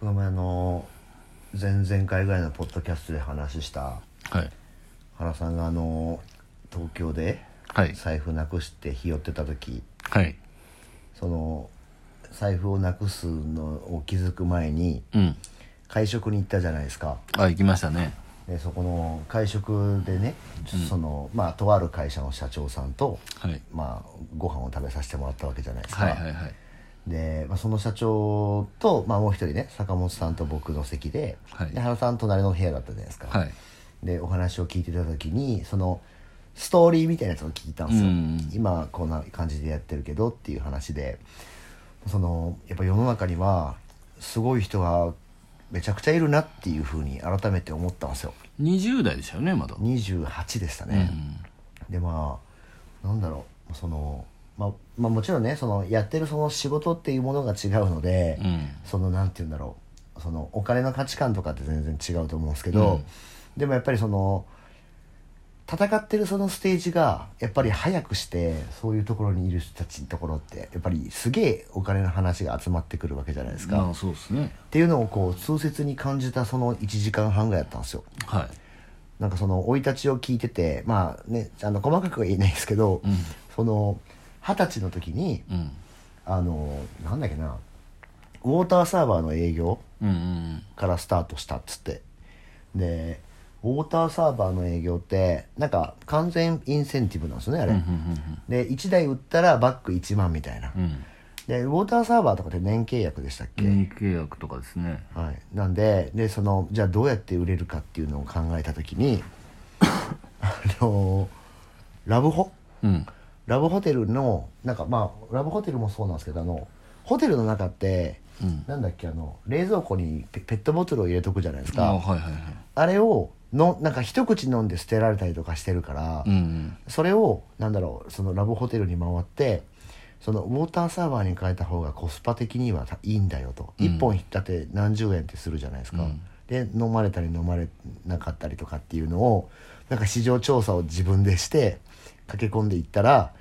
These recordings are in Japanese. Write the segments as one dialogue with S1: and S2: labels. S1: この前の前々回ぐらいのポッドキャストで話した
S2: はい
S1: 原さんがあの東京で
S2: はい
S1: 財布なくして日寄ってた時
S2: はい
S1: その財布をなくすのを気づく前に
S2: うん
S1: 会食に行ったじゃないですか
S2: あ行きましたね
S1: でそこの会食でね、そのまあとある会社の社長さんと、
S2: はい
S1: まあ、ご飯を食べさせてもらったわけじゃないですか、
S2: はいはいはい
S1: で、まあ、その社長と、まあ、もう一人ね坂本さんと僕の席で,、
S2: はい
S1: で原さん隣の部屋だったじゃないですか、
S2: はい
S1: でお話を聞いてた時にそのストーリーみたいなやつを聞いたんですよ、
S2: うん
S1: 今こんな感じでやってるけどっていう話でそのやっぱ世の中にはすごい人がめちゃくちゃいるなっていうふうに改めて思ったんですよ
S2: 20代でしたよねまだ
S1: 28でしたね、でまあなんだろうその、まあ、まあもちろんねそのやってるその仕事っていうものが違うので、
S2: うん
S1: そのなんて言うんだろうそのお金の価値観とかって全然違うと思うんですけど、でもやっぱりその戦ってるそのステージがやっぱり早くしてそういうところにいる人たちのところってやっぱりすげえお金の話が集まってくるわけじゃないですか、
S2: ま
S1: っ
S2: あそうですね
S1: ていうのをこう痛切に感じたその1時間半ぐらいだったんですよ
S2: はい
S1: なんかその生い立ちを聞いててまあねあの細かくは言えないですけど、その二十歳の時に
S2: うん
S1: あのなんだっけなウォーターサーバーの営業
S2: うんうん
S1: からスタートしたっつってでウォーターサーバーの営業ってなんか完全インセンティブなんですよねあれ、
S2: うんうん
S1: で1台売ったらバッグ1万みたいな、
S2: うんうん
S1: でウォーターサーバーとかって年契約でしたっけ、
S2: 年契約とかですね
S1: はい、なんででそのじゃあどうやって売れるかっていうのを考えた時にあのラブホ
S2: うん
S1: ラブホテルのなんかまあラブホテルもそうなんですけどあのホテルの中って、
S2: うん
S1: なんだっけあの冷蔵庫にペペットボトルを入れとくじゃないですか、
S2: あはいはいはい
S1: あれをのなんか一口飲んで捨てられたりとかしてるから、
S2: うん
S1: それをなんだろうそのラブホテルに回ってそのウォーターサーバーに変えた方がコスパ的にはたいいんだよと、一1本だって何十円ってするじゃないですか、で飲まれたり飲まれなかったりとかっていうのをなんか市場調査を自分でして駆け込んでいったら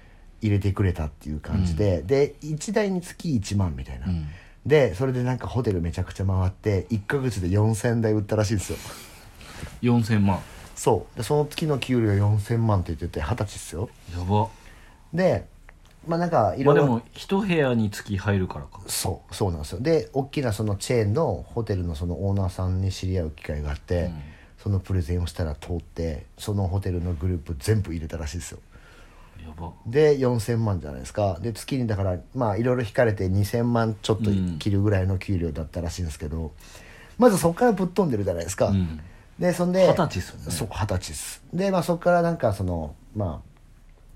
S1: 入れてくれたっていう感じで、で1台につき1万みたいな、
S2: ん
S1: でそれでなんかホテルめちゃくちゃ回って1ヶ月で4000台売ったらしいんですよ
S2: 4000万
S1: そうでその月の給料4000万って言ってて二十歳っすよ
S2: やば
S1: でまあなんかいろ
S2: まあ
S1: い
S2: で
S1: ろ、
S2: も一部屋につき入るからか
S1: そうそうなんですよで大きなそのチェーンのホテルのそのオーナーさんに知り合う機会があって、
S2: うん
S1: そのプレゼンをしたら通ってそのホテルのグループ全部入れたらしいですよ
S2: やば
S1: で4000万じゃないですかで月にだからまあいろいろ引かれて2000万ちょっと切るぐらいの給料だったらしいんですけど、まずそこからぶっ飛んでるじゃないですか、
S2: うん
S1: でそんで
S2: 二十歳っすよね
S1: そう二十歳ですでまあそこからなんかそのま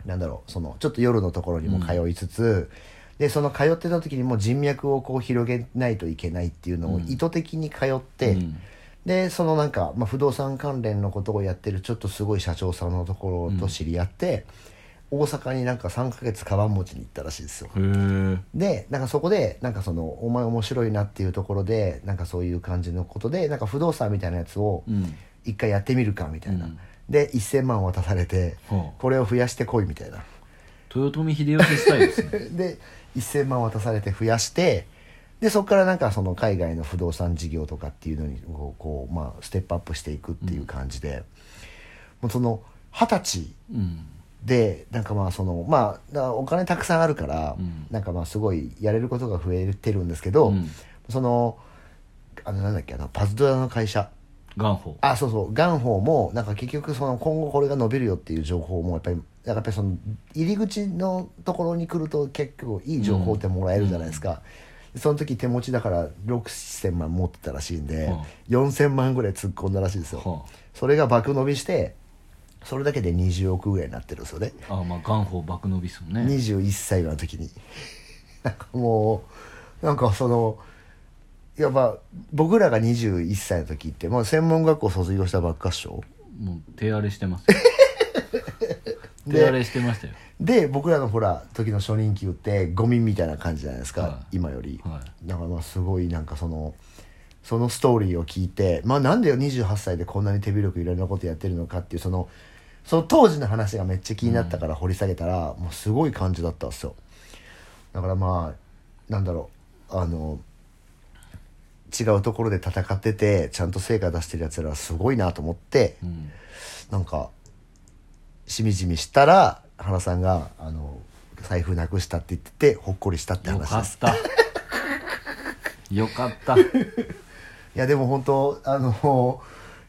S1: あなんだろうそのちょっと夜のところにも通いつつ、でその通ってた時にも人脈をこう広げないといけないっていうのを意図的に通って、
S2: うん
S1: でそのなんか、まあ、不動産関連のことをやってるちょっとすごい社長さんのところと知り合って、大阪になんか3ヶ月カバン持ちに行ったらしいですよ
S2: へえ
S1: でなんかそこでなんかそのお前面白いなっていうところでなんかそういう感じのことでなんか不動産みたいなやつを
S2: うん
S1: 一回やってみるかみたいな、
S2: うん
S1: で1000万渡されて、
S2: はあ
S1: これを増やしてこいみたいな
S2: 豊臣秀吉スタイルですね
S1: で1000万渡されて増やしてでそこからなんかその海外の不動産事業とかっていうのにこうこう、まあ、ステップアップしていくっていう感じで、もうその二十歳
S2: うん
S1: でなんかまあそのまあだからお金たくさんあるから、
S2: うん
S1: なんかまあすごいやれることが増えてるんですけど、
S2: うん
S1: そのあのなんだっけあのパズドラの会社
S2: 元宝
S1: あそうそう元宝もなんか結局その今後これが伸びるよっていう情報もやっぱりなんかやっぱりその入り口のところに来ると結構いい情報ってもらえるじゃないですか、その時手持ちだから6000万持ってたらしいんで、
S2: はあ
S1: 4000万ぐらい突っ込んだらしいですよ、
S2: は
S1: それが爆伸びしてそれだけで20億ぐらいになってるんですよね
S2: ああまあ元宝爆伸びっすもんね
S1: 21歳の時に なんかもうなんかそのやっぱ僕らが21歳の時って、まあ、専門学校卒業したばっかっしょ
S2: もう手荒れしてます
S1: で
S2: 手荒れしてましたよ
S1: で僕らのほら時の初任給ってゴミみたいな感じじゃないですか、
S2: は
S1: 今より、
S2: は
S1: だからまあすごいなんかそのそのストーリーを聞いてまあなんで28歳でこんなに手広くいろんなことやってるのかっていうそのその当時の話がめっちゃ気になったから掘り下げたら、もうすごい感じだったんですよだからまあなんだろうあの違うところで戦っててちゃんと成果出してるやつらはすごいなと思って
S2: うん
S1: なんかしみじみしたら原さんがあの財布なくしたって言っててほっこりしたって
S2: よ
S1: 話
S2: か
S1: で
S2: っ
S1: す
S2: たよかった
S1: いやでも本当あの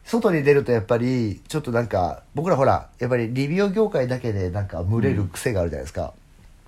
S1: 外に出るとやっぱりちょっとなんか僕らほらやっぱりリビオ業界だけでなんか群れる癖があるじゃないですか、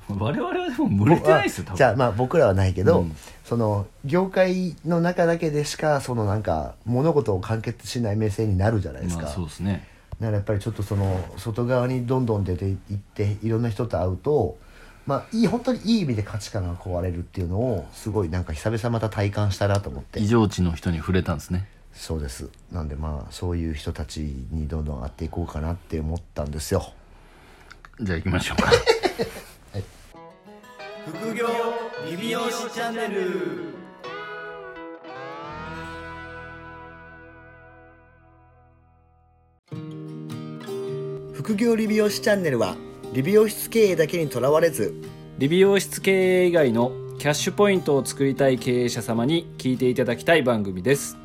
S2: 我々はでも群れてないですよ多
S1: じゃ
S2: 分
S1: あまあ僕らはないけど、
S2: うん
S1: その業界の中だけでしかそのなんか物事を完結しない目線になるじゃないですか、
S2: まあそうですね
S1: だからやっぱりちょっとその外側にどんどん出ていっていろんな人と会うとまあいい本当にいい意味で価値観が壊れるっていうのをすごいなんか久々また体感したなと思って
S2: 異常値の人に触れたんですね
S1: そうですなんでまあそういう人たちにどんどん会っていこうかなって思ったんですよ
S2: じゃあ行きまし ょうか
S3: 副業リビオシチャンネル
S1: 副業理美容師チャンネルは理美容室経営だけにとらわれず
S4: 理美容室経営以外のキャッシュポイントを作りたい経営者様に聞いていただきたい番組です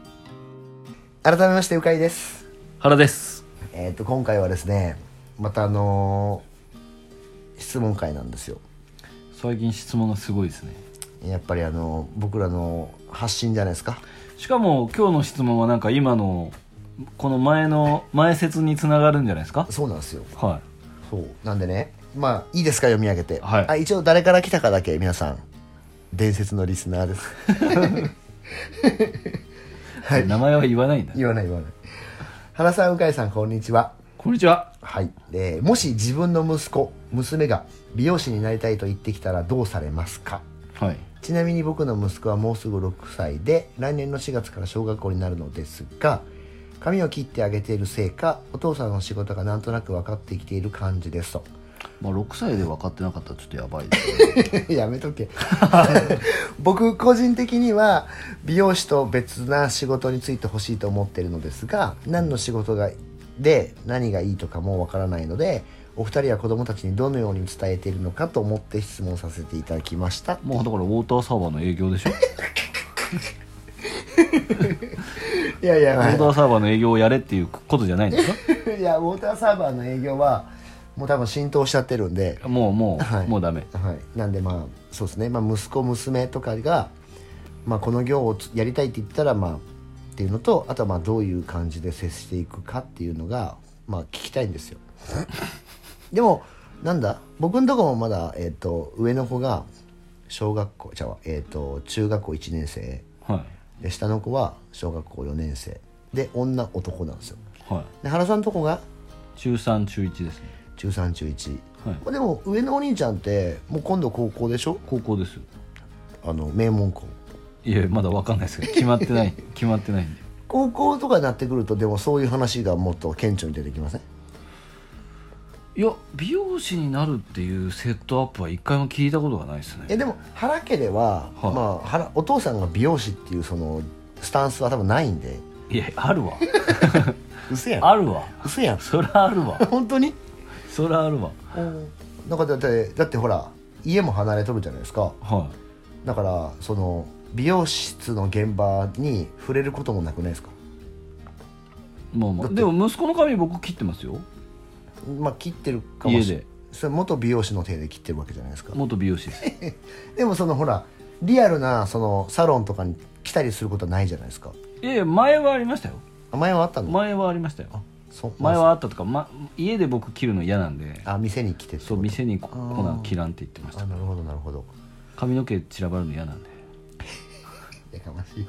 S1: 改めましてうかいです
S2: 原です
S1: えー、と今回はですねまたあのー質問会なんですよ
S2: 最近質問がすごいですね
S1: やっぱりあのー僕らの発信じゃないですか
S2: しかも今日の質問はなんか今のこの前の前説につながるんじゃないですか
S1: そうなんですよ
S2: は
S1: そうなんでねまあいいですか読み上げて、
S2: はい
S1: あ一応誰から来たかだけ皆さん伝説のリスナーです
S2: い、名前は言わないんだ
S1: 言わない言わない原さんうかいさんこんにちは
S2: こんにちは
S1: はい、でもし自分の息子娘が美容師になりたいと言ってきたらどうされますか
S2: はい
S1: ちなみに僕の息子はもうすぐ6歳で来年の4月から小学校になるのですが髪を切ってあげているせいかお父さんの仕事がなんとなく分かってきている感じですと
S2: まあ、6歳で分かってなかったらちょっとやばいです ね
S1: やめとけ僕個人的には美容師と別な仕事についてほしいと思っているのですが何の仕事がで何がいいとかもわからないのでお二人は子供たちにどのように伝えているのかと思って質問させていただきました
S2: もうだからウォーターサーバーの営業でしょウ
S1: いやいや、
S2: ォーターサーバーの営業をやれっていうことじゃないんです か
S1: いやウォーターサーバーの営業はもう多分浸透しちゃってるんで、
S2: もうもう、
S1: はい
S2: もうダメ
S1: はい、なんでまあそうですね、まあ、息子娘とかが、まあ、この業をやりたいって言ったらまあっていうのとあとはまあどういう感じで接していくかっていうのがまあ聞きたいんですよでもなんだ僕んとこもまだ、えっと上の子が小学校じゃあ、えっと中学校1年生
S2: は
S1: で下の子は小学校4年生で女男なんですよ
S2: いはい
S1: で原さんとこが
S2: 中3中1ですね
S1: 中3中1、
S2: はい
S1: まあでも上のお兄ちゃんってもう今度高校でしょ
S2: 高校です
S1: あの名門校
S2: いやまだ分かんないですけど決まって ない決まってないんで
S1: 高校とかになってくるとでもそういう話がもっと顕著に出てきません
S2: いや美容師になるっていうセットアップは一回も聞いたことがないです
S1: え
S2: ね
S1: でも原家では、
S2: はい
S1: まあ、原お父さんが美容師っていうそのスタンスは多分ないんで
S2: いやあ るわ
S1: 嘘やん
S2: あるわ
S1: 嘘やん
S2: そらあるわ
S1: 本当に
S2: そらあるわ
S1: なんかだってだってほら家も離れとるじゃないですか
S2: は
S1: だからその美容室の現場に触れることもなくないですか
S2: いまあまあでも息子の髪僕切ってますよ
S1: まあ切ってるかも
S2: 家
S1: しれな
S2: で
S1: いそれ元美容師の手で切ってるわけじゃないですか
S2: 元美容師です
S1: でもそのほらリアルなそのサロンとかに来たりすることはないじゃないですか
S2: いやいや前はありましたよ
S1: あ前はあったの、
S2: 前はありましたよ
S1: そ
S2: 前はあったとか、ま、家で僕切るの嫌なんで
S1: あ店に来てってこと
S2: そう店にこ
S1: あー
S2: 粉を切らんって言ってまし
S1: あ
S2: た
S1: なるほどなるほど
S2: 髪の毛散らばるの嫌なんで
S1: やかましい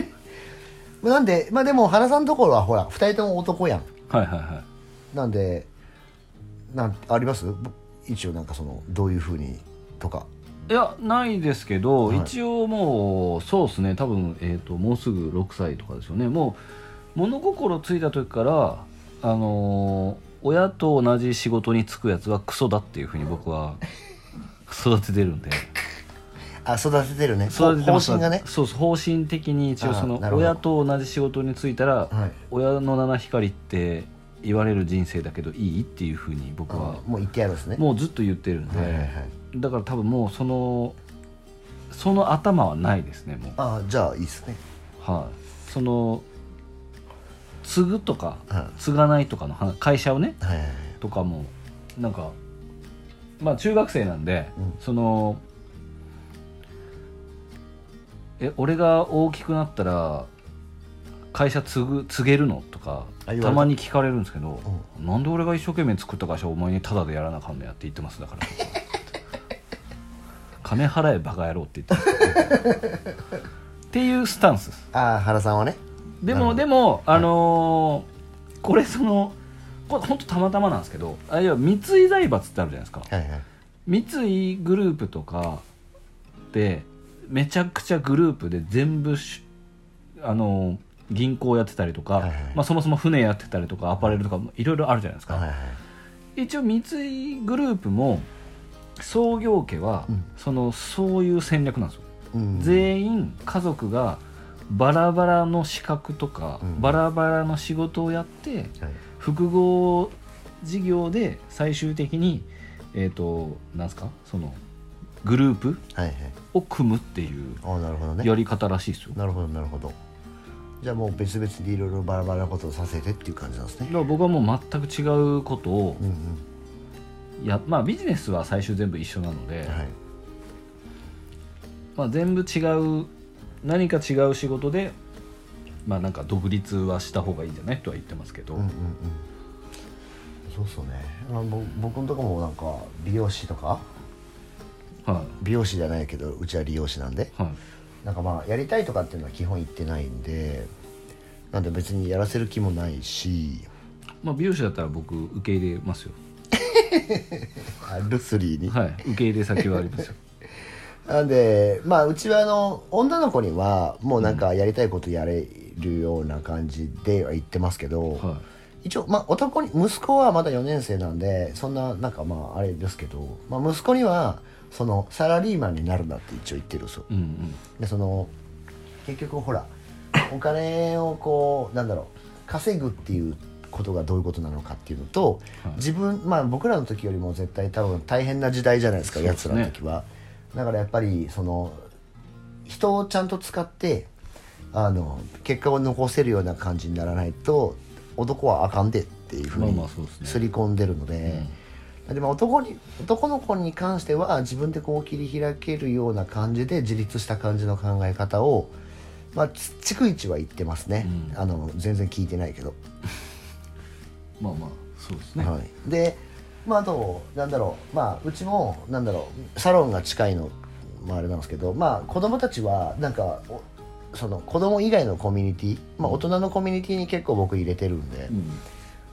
S1: まあなんでまあでも原さんのところはほら2人とも男やん
S2: はいはいはい
S1: なんでなんありますぼ一応なんかそのどういうふうにとか
S2: いやないですけど、
S1: はい
S2: 一応もうそうですね多分、えー、ともうすぐ6歳とかですよねもう物心ついた時からあのー親と同じ仕事に就くやつはクソだっていうふうに 僕は育ててるんで
S1: あ育ててるね
S2: 育てて
S1: 方
S2: ます
S1: 針がね
S2: そうそう方針的に一応そ
S1: あー
S2: の
S1: なるほど
S2: 親と同じ仕事に就いたら、
S1: はい
S2: 親の七光って言われる人生だけどいいっていうふうに僕は
S1: あもう言ってやるんですね
S2: もうずっと言ってるんで、
S1: はいはいはい
S2: だから多分もうそのその頭はないですねもう
S1: ああじゃあいいっすね
S2: はい、その継ぐとか
S1: うんはい
S2: 継がないとかの話会社をね
S1: はいはい
S2: とかもなんかまあ中学生なんで、
S1: うん
S2: そのえ俺が大きくなったら会社継ぐ継げるのとか
S1: あ言われた
S2: たまに聞かれるんですけど、なんで俺が一生懸命作った会社お前にタダでやらなあかんのやって言ってますだから 金払えバカ野郎って言ってますっていうスタンスです
S1: ああ原さんはね
S2: で
S1: なるほど
S2: もでもあのーこれそのこれ本当たまたまなんですけどあ要は三井財閥ってあるじゃないですか
S1: はいはい
S2: 三井グループとかでめちゃくちゃグループで全部しあのー銀行やってたりとか、
S1: はいはい
S2: まあ、そもそも船やってたりとかアパレルとかもいろいろあるじゃないですか、
S1: はいはい
S2: 一応三井グループも創業家は、
S1: うん
S2: そのそういう戦略なんですよ
S1: うん
S2: 全員家族がバラバラの資格とか、
S1: うん
S2: バラバラの仕事をやって
S1: はい
S2: 複合事業で最終的にえっ、となんすかそのグループ
S1: はいはい
S2: を組むっていう
S1: ああなるほどね
S2: やり方らしいですよ、
S1: なるほどなるほどじゃあもう別々でいろいろバラバラなことをさせてっていう感じなんです
S2: だ
S1: ね
S2: から僕はもう全く違うことを
S1: うん
S2: や、まあ、ビジネスは最終全部一緒なので、
S1: うんはい
S2: まあ、全部違う何か違う仕事でまあなんか独立はした方がいいんじゃないとは言ってますけど、
S1: うんうんうんそうっすよね、まあ、ぼ僕のとこもなんか美容師とか
S2: は
S1: 美容師じゃないけどうちは理容師なんで
S2: いはい
S1: なんかまあやりたいとかっていうのは基本言ってないんでなんで別にやらせる気もないし
S2: まあ、美容師だったら僕受け入れますよ
S1: あルスリーに、
S2: はい受け入れ先はありますよ
S1: なんでまあうちはあの女の子にはもうなんかやりたいことやれるような感じで は言ってますけど、
S2: は
S1: 一応まあ男に息子はまだ4年生なんでそんななんかまああれですけど、まあ、息子にはそのサラリーマンになるなって一応言ってるんですよ
S2: いうん
S1: でその結局ほらお金をこうなんだろう稼ぐっていうことがどういうことなのかっていうのと、
S2: はい
S1: 自分まあ僕らの時よりも絶対多分大変な時代じゃないですか
S2: そう
S1: や
S2: です
S1: つ
S2: ね
S1: らの時は、だからやっぱりその人をちゃんと使ってあの結果を残せるような感じにならないと男はあかんでっていうふう
S2: まあま
S1: に
S2: あそうですね
S1: すり込んでるので。でも男に男の子に関しては自分でこう切り開けるような感じで自立した感じの考え方を、まあ、ち逐一は言ってますね、
S2: うん
S1: あの全然聞いてないけど、
S2: うんまあまあそうですね、
S1: はい、で、まあ、あとなんだろう、まあ、うちもなんだろうサロンが近いのもあれなんですけど、まあ、子供たちはなんかおその子供以外のコミュニティ、まあ、大人のコミュニティに結構僕入れてるんで、
S2: うん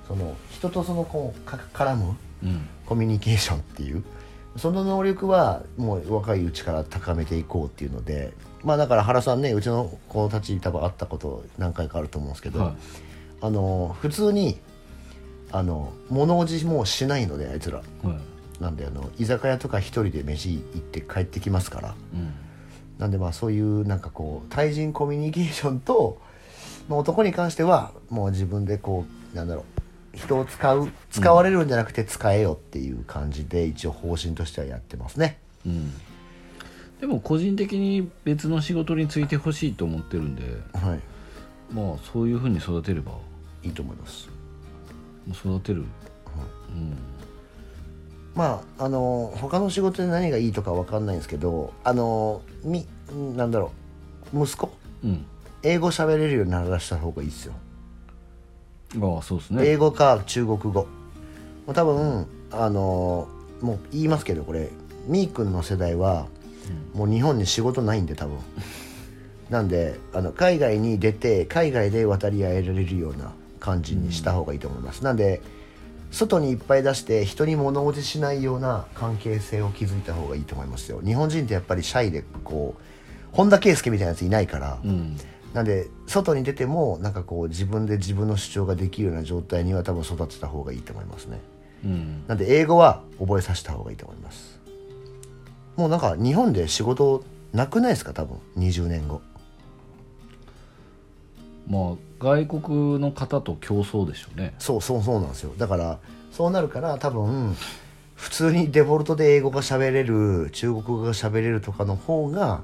S1: その人とそのこうか絡む
S2: うん
S1: コミュニケーションっていうその能力はもう若いうちから高めていこうっていうのでまあだから原さんねうちの子たち多分会ったこと何回かあると思うんですけど、
S2: はい
S1: あの普通にあの物おじもうしないのであいつら
S2: はい
S1: なんであの居酒屋とか一人で飯行って帰ってきますから
S2: うん
S1: なんでまあそういうなんかこう対人コミュニケーションと、まあ、男に関してはもう自分でこうなんだろう人を使う使われるんじゃなくて使えよっていう感じで一応方針としてはやってますね。
S2: うんでも個人的に別の仕事についてほしいと思ってるんで
S1: はい、
S2: まあそういうふうに育てればも
S1: いいと思います。
S2: う育てる、うん、
S1: まああの他の仕事で何がいいとかわかんないんですけど、あのみなんだろう息子
S2: うん
S1: 英語喋れるようにならした方がいいですよ。
S2: ああそうですね
S1: 英語か中国語もう多分あのーもう言いますけどこれみーくんの世代はもう日本に仕事ないんで多分なんであの海外に出て海外で渡り合えられるような感じにした方がいいと思います、なんで外にいっぱい出して人に物おじしないような関係性を築いた方がいいと思いますよ日本人ってやっぱりシャイでこう本田圭佑みたいなやついないから、
S2: うん
S1: なんで外に出てもなんかこう自分で自分の主張ができるような状態には多分育てた方がいいと思いますね
S2: うん
S1: なんで英語は覚えさせた方がいいと思いますもうなんか日本で仕事なくないですか多分20年後
S2: まあ外国の方と競争でしょうね
S1: そうそうそうなんですよだからそうなるから多分普通にデフォルトで英語が喋れる中国語が喋れるとかの方が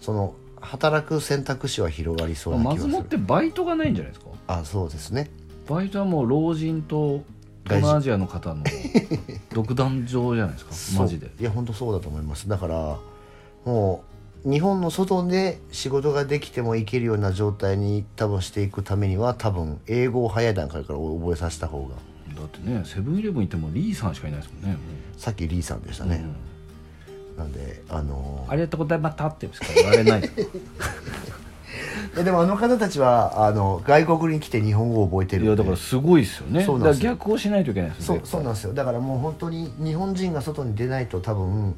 S1: その働く選択肢は広がりそうな
S2: ま
S1: 気がす
S2: ずも
S1: る
S2: ってバイトがないんじゃないですか
S1: あそうですね
S2: バイトはもう老人と東南アジアの方 の独壇場じゃないですかマジで
S1: そういや本当そうだと思いますだからもう日本の外で仕事ができてもいけるような状態に多分していくためには多分英語を早い段階から覚えさせた方が
S2: だってねセブンイレブン行ってもリーさんしかいないですもんねも
S1: さっきリーさんでした
S2: う
S1: ね
S2: う、ん
S1: なんであのー
S2: ありがとうございましたってしか言われないい
S1: いやでもあの方たちはあの外国に来て日本語を覚えてるんで
S2: やだからすごいですよね
S1: そうなんで
S2: だから
S1: すよ
S2: 逆をしないといけないです
S1: そ
S2: よ
S1: う
S2: ね
S1: そうなんですよだからもう本当に日本人が外に出ないと多分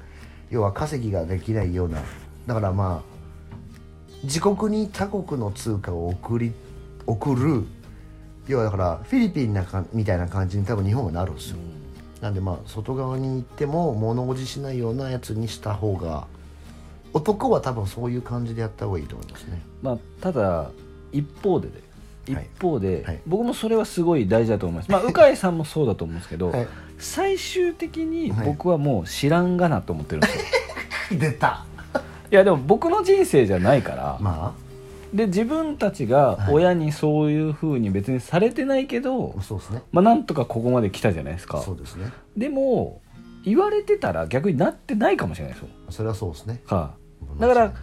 S1: 要は稼ぎができないようなだからまあ自国に他国の通貨を送り送る要はだからフィリピンなんかみたいな感じに多分日本はなるんですよ、なんでまあ外側に行っても物おじしないようなやつにした方が男は多分そういう感じでやった方がいいと思います ね
S2: まあ、ただ一方でね一
S1: はい
S2: 方で、
S1: はい
S2: 僕もそれはすごい大事だと思います、まあ、鵜飼さんもそうだと思うんですけど、
S1: はい
S2: 最終的に
S1: はい
S2: 僕はもう知らんがなと思ってるんですよ、
S1: 出た
S2: い、やでも僕の人生じゃないから、
S1: ま
S2: で自分たちが親にそういうふうに別にされてないけど、
S1: あそうですね
S2: まあ、なんとかここまで来たじゃないですか
S1: そうですね
S2: でも言われてたら逆になってないかもしれないですよ、
S1: それはそうですね
S2: はいだから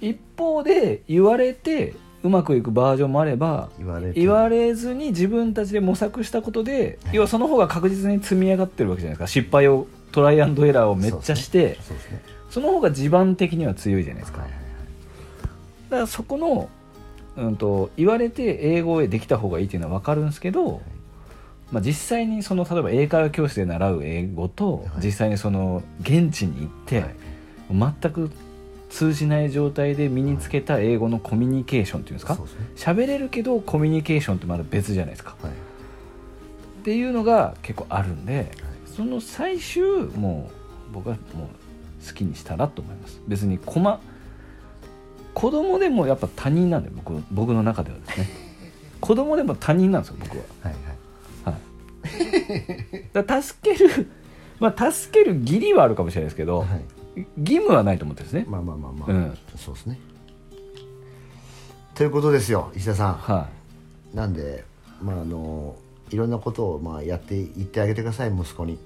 S2: 一方で言われてうまくいくバージョンもあれば
S1: 言われて
S2: 言われずに自分たちで模索したことで
S1: はい
S2: 要はその方が確実に積み上がってるわけじゃないですか失敗をトライアンドエラーをめっちゃして
S1: そうですね
S2: その方が地盤的には強いじゃないですか
S1: はい
S2: だ
S1: はい
S2: か
S1: はい
S2: らそこの、うん、と言われて英語できた方がいいっていうのは分かるんですけど、まあ、実際にその例えば英会話教室で習う英語と
S1: はい
S2: 実際にその現地に行って
S1: はい
S2: 全く通じない状態で身につけた英語のコミュニケーションっていうんですか
S1: そうですね
S2: 喋れるけどコミュニケーションってまだ別じゃないですか
S1: はい
S2: っていうのが結構あるんで、その最終もう僕はもう好きにしたらと思います別にこま子供でもやっぱ他人なんで僕僕の中では ですね子供でも他人なんですよ僕は
S1: はいはい
S2: だから助けるまあ助ける義理はあるかもしれないですけど、
S1: はい
S2: 義務はないと思ってるんですね、
S1: まあまあまあまあ、
S2: うん
S1: そうですねということですよ石田さん
S2: は
S1: なんでまああのいろんなことをまあやっていってあげてください息子に
S2: い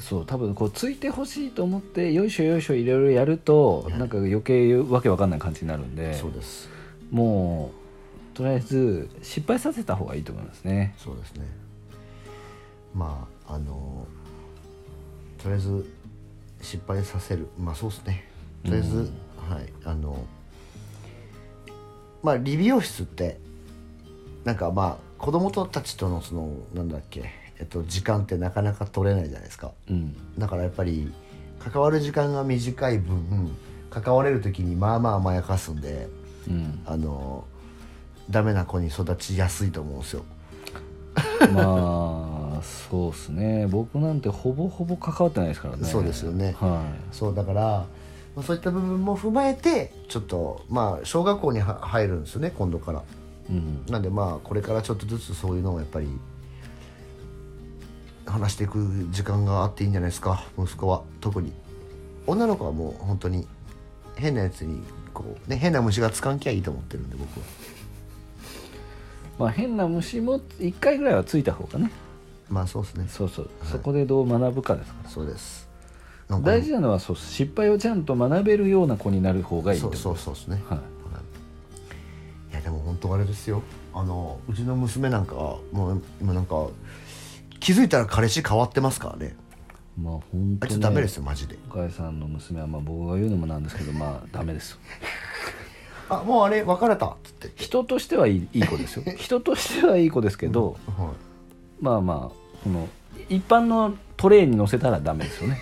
S2: そう多分こうついてほしいと思ってよいしょよいしょいろいろやると、
S1: はい
S2: なんか余計わけわかんない感じになるんで
S1: そうです
S2: もうとりあえず失敗させた方がいいと思いますね
S1: そうですねまああのとりあえず失敗させるまあそうですねとりあえず、はいあのまあ理美容室ってなんかまあ子供たちとのそのなんだっけ、えっと、時間ってなかなか取れないじゃないですか
S2: うん
S1: だからやっぱり関わる時間が短い分関われる時にまあまあ甘やかすんで
S2: うん
S1: あのダメな子に育ちやすいと思うんですよ
S2: まあそうですね僕なんてほぼほぼ関わってないですからね
S1: そうですよね
S2: は
S1: そうだから、まあ、そういった部分も踏まえてちょっとまあ小学校には入るんですよね今度から
S2: い、うん、
S1: なんでまあこれからちょっとずつそういうのをやっぱり話していく時間があっていいんじゃないですか息子は特に女の子はもう本当に変なやつにこう、ね、変な虫がつかんきゃいいと思ってるんで僕は
S2: まあ変な虫も一回ぐらいはついた方がね
S1: まあそうですね
S2: そうそう、そこでどう学ぶかですから
S1: そうですなんか
S2: 大事なのはそう失敗をちゃんと学べるような子になる方がいい
S1: そ
S2: と
S1: うそうそうですね、
S2: はい
S1: いやでも本当あれですよあのうちの娘なんかはもう今なんか気づいたら彼氏変わってますからね
S2: まあ本
S1: あ
S2: 当
S1: いつ
S2: に
S1: ダメですよマジで
S2: 向井さんの娘はまあ僕が言うのもなんですけどまあダメですよ
S1: あもうあれ別れたっつって
S2: 人としてはいいいい子ですよ人としてはいい子ですけど、
S1: は
S2: まあまあその一般のトレイに乗せたらダメですよね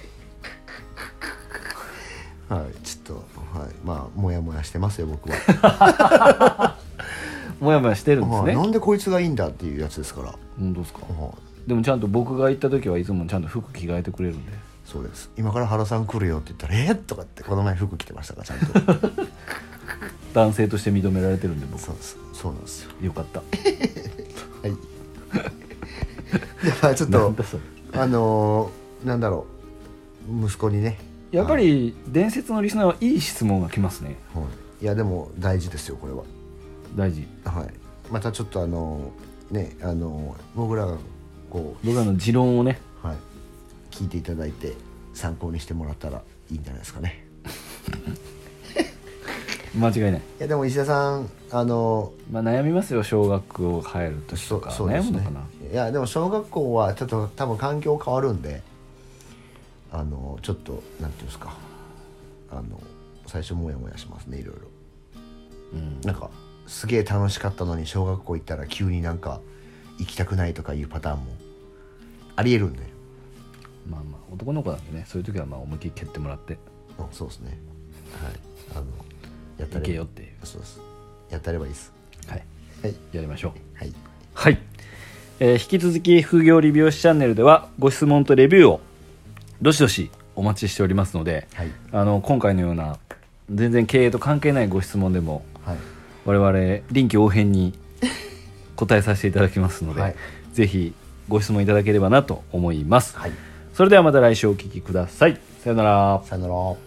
S1: い、はい、ちょっとはいまあモヤモヤしてますよ僕 は、
S2: もやもやしてるんです
S1: はい、
S2: ね
S1: なんでこいつがいいんだっていうやつですから、は
S2: 本当ですか
S1: い、
S2: でもちゃんと僕が行った時はいつもちゃんと服着替えてくれるんで
S1: そうです今から原さん来るよって言ったら「えっ?」とかってこの前服着てましたからちゃんと
S2: 男性として認められてるんで 僕
S1: そうですそうなんですよ
S2: よかった
S1: はいでまあちょっと
S2: なんだそれ
S1: あのーなんだろう息子にね
S2: いやっぱり伝説のリスナーはいい質問が来ますね
S1: はい、いやでも大事ですよこれは
S2: 大事
S1: はいまたちょっとあのねあの僕らがこ
S2: 僕らの持論をね
S1: うはい聞いていただいて参考にしてもらったらいいんじゃないですかね
S2: 間違いない、
S1: いやでも石田さんあの
S2: まあ、悩みますよ小学校入る年
S1: そ
S2: と
S1: う
S2: か
S1: そうで
S2: 悩
S1: す
S2: むの
S1: ね
S2: かない
S1: やでも小学校はちょっと多分環境変わるんであのちょっとなんていうんですかあの最初モヤモヤしますねいろいろ、
S2: うん
S1: なんかすげえ楽しかったのに小学校行ったら急になんか行きたくないとかいうパターンもありえるんで、
S2: まあまあ男の子なんでねそういう時はまあ思いっきり蹴ってもらって
S1: うん、そうですねはいあのやった
S2: い
S1: れば
S2: けよっていう
S1: そうですやったればいいです
S2: はい
S1: はい
S2: やりましょう
S1: はい
S2: はい、えー引き続き副業理美容師チャンネルではご質問とレビューをどしどしお待ちしておりますので
S1: はい
S2: あの今回のような全然経営と関係ないご質問でも
S1: はい
S2: 我々臨機応変に 答えさせていただきますので、
S1: はい
S2: ぜひご質問いただければなと思います、
S1: はい
S2: それではまた来週お聞きくださいさよなら
S1: さよなら